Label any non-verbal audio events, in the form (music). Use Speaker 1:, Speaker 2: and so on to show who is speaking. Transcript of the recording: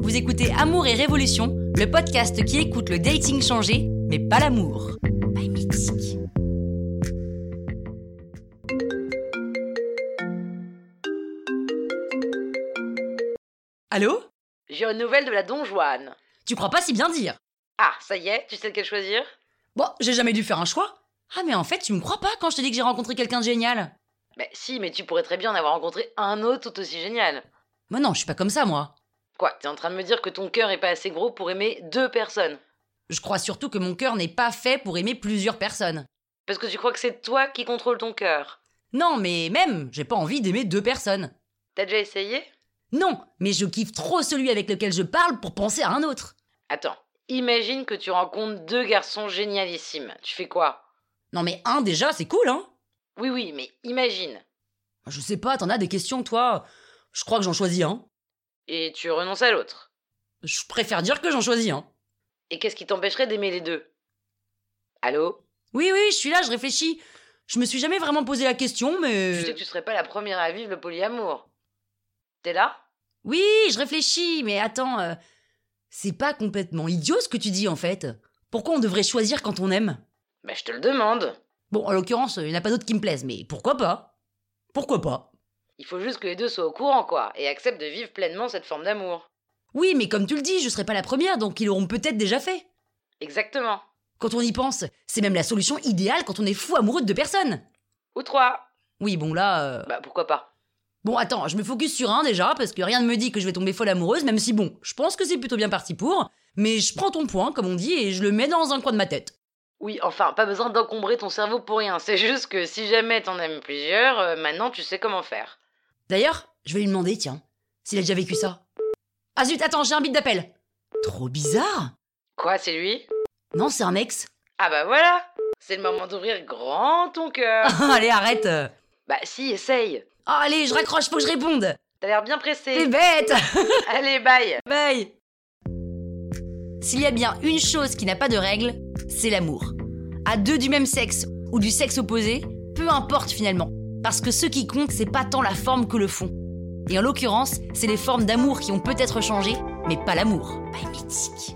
Speaker 1: Vous écoutez Amour et Révolution, le podcast qui écoute le dating changé, mais pas l'amour. By Mexique. Allô
Speaker 2: J'ai une nouvelle de la Don Juan.
Speaker 1: Tu crois pas si bien dire
Speaker 2: Ah, ça y est, tu sais lequel choisir
Speaker 1: Bon, j'ai jamais dû faire un choix. Ah mais en fait, tu me crois pas quand je te dis que j'ai rencontré quelqu'un de génial.
Speaker 2: Bah si, mais tu pourrais très bien en avoir rencontré un autre tout aussi génial.
Speaker 1: Moi non, je suis pas comme ça moi.
Speaker 2: Quoi, t'es en train de me dire que ton cœur est pas assez gros pour aimer deux personnes
Speaker 1: Je crois surtout que mon cœur n'est pas fait pour aimer plusieurs personnes.
Speaker 2: Parce que tu crois que c'est toi qui contrôle ton cœur.
Speaker 1: Non, mais même, j'ai pas envie d'aimer deux personnes.
Speaker 2: T'as déjà essayé
Speaker 1: Non, mais je kiffe trop celui avec lequel je parle pour penser à un autre.
Speaker 2: Attends, imagine que tu rencontres deux garçons génialissimes. Tu fais quoi
Speaker 1: Non mais un déjà, c'est cool, hein Ah,
Speaker 2: Oui, oui, mais imagine.
Speaker 1: Je sais pas, t'en as des questions, toi Je crois que j'en choisis un.
Speaker 2: Et tu renonces à l'autre.
Speaker 1: Je préfère dire que j'en choisis un.
Speaker 2: Et qu'est-ce qui t'empêcherait d'aimer les deux Allô
Speaker 1: Oui, oui, je suis là, je réfléchis. Je me suis jamais vraiment posé la question, mais...
Speaker 2: Tu sais que tu serais pas la première à vivre le polyamour. T'es là
Speaker 1: Oui, je réfléchis, mais attends... euh, C'est pas complètement idiot ce que tu dis, en fait. Pourquoi on devrait choisir quand on aime
Speaker 2: Bah je te le demande.
Speaker 1: Bon, en l'occurrence, il n'y en a pas d'autres qui me plaisent, mais pourquoi pas Pourquoi pas
Speaker 2: Il faut juste que les deux soient au courant, quoi, et acceptent de vivre pleinement cette forme d'amour.
Speaker 1: Oui, mais comme tu le dis, je serai pas la première, donc ils l'auront peut-être déjà fait.
Speaker 2: Exactement.
Speaker 1: Quand on y pense, c'est même la solution idéale quand on est fou amoureux de deux personnes.
Speaker 2: Ou trois.
Speaker 1: Oui, bon là... euh,
Speaker 2: Bah pourquoi pas.
Speaker 1: Bon, attends, je me focus sur un déjà, parce que rien ne me dit que je vais tomber folle amoureuse, même si bon, je pense que c'est plutôt bien parti pour, mais je prends ton point, comme on dit, et je le mets dans un coin de ma tête.
Speaker 2: Oui, enfin, pas besoin d'encombrer ton cerveau pour rien. C'est juste que si jamais t'en aimes plusieurs, euh, maintenant tu sais comment faire.
Speaker 1: D'ailleurs, je vais lui demander, tiens, s'il a déjà vécu ça. Ah zut, attends, j'ai un bit d'appel. Trop bizarre
Speaker 2: Quoi, c'est lui
Speaker 1: Non, c'est un ex. (laughs)
Speaker 2: Ah bah voilà C'est le moment d'ouvrir grand ton cœur.
Speaker 1: Ah, allez, arrête euh.
Speaker 2: bah si, essaye.
Speaker 1: Ah, allez, je raccroche, faut que je réponde
Speaker 2: T'as l'air bien
Speaker 1: T'es
Speaker 2: pressé.
Speaker 1: bête
Speaker 2: Allez, bye
Speaker 1: Bye S'il y a bien une chose qui n'a pas de règles, c'est l'amour. À deux du même sexe ou du sexe opposé, peu importe finalement. Parce que ce qui compte, c'est pas tant la forme que le fond. Et en l'occurrence, c'est les formes d'amour qui ont peut-être changé, mais pas l'amour. Pas mythique.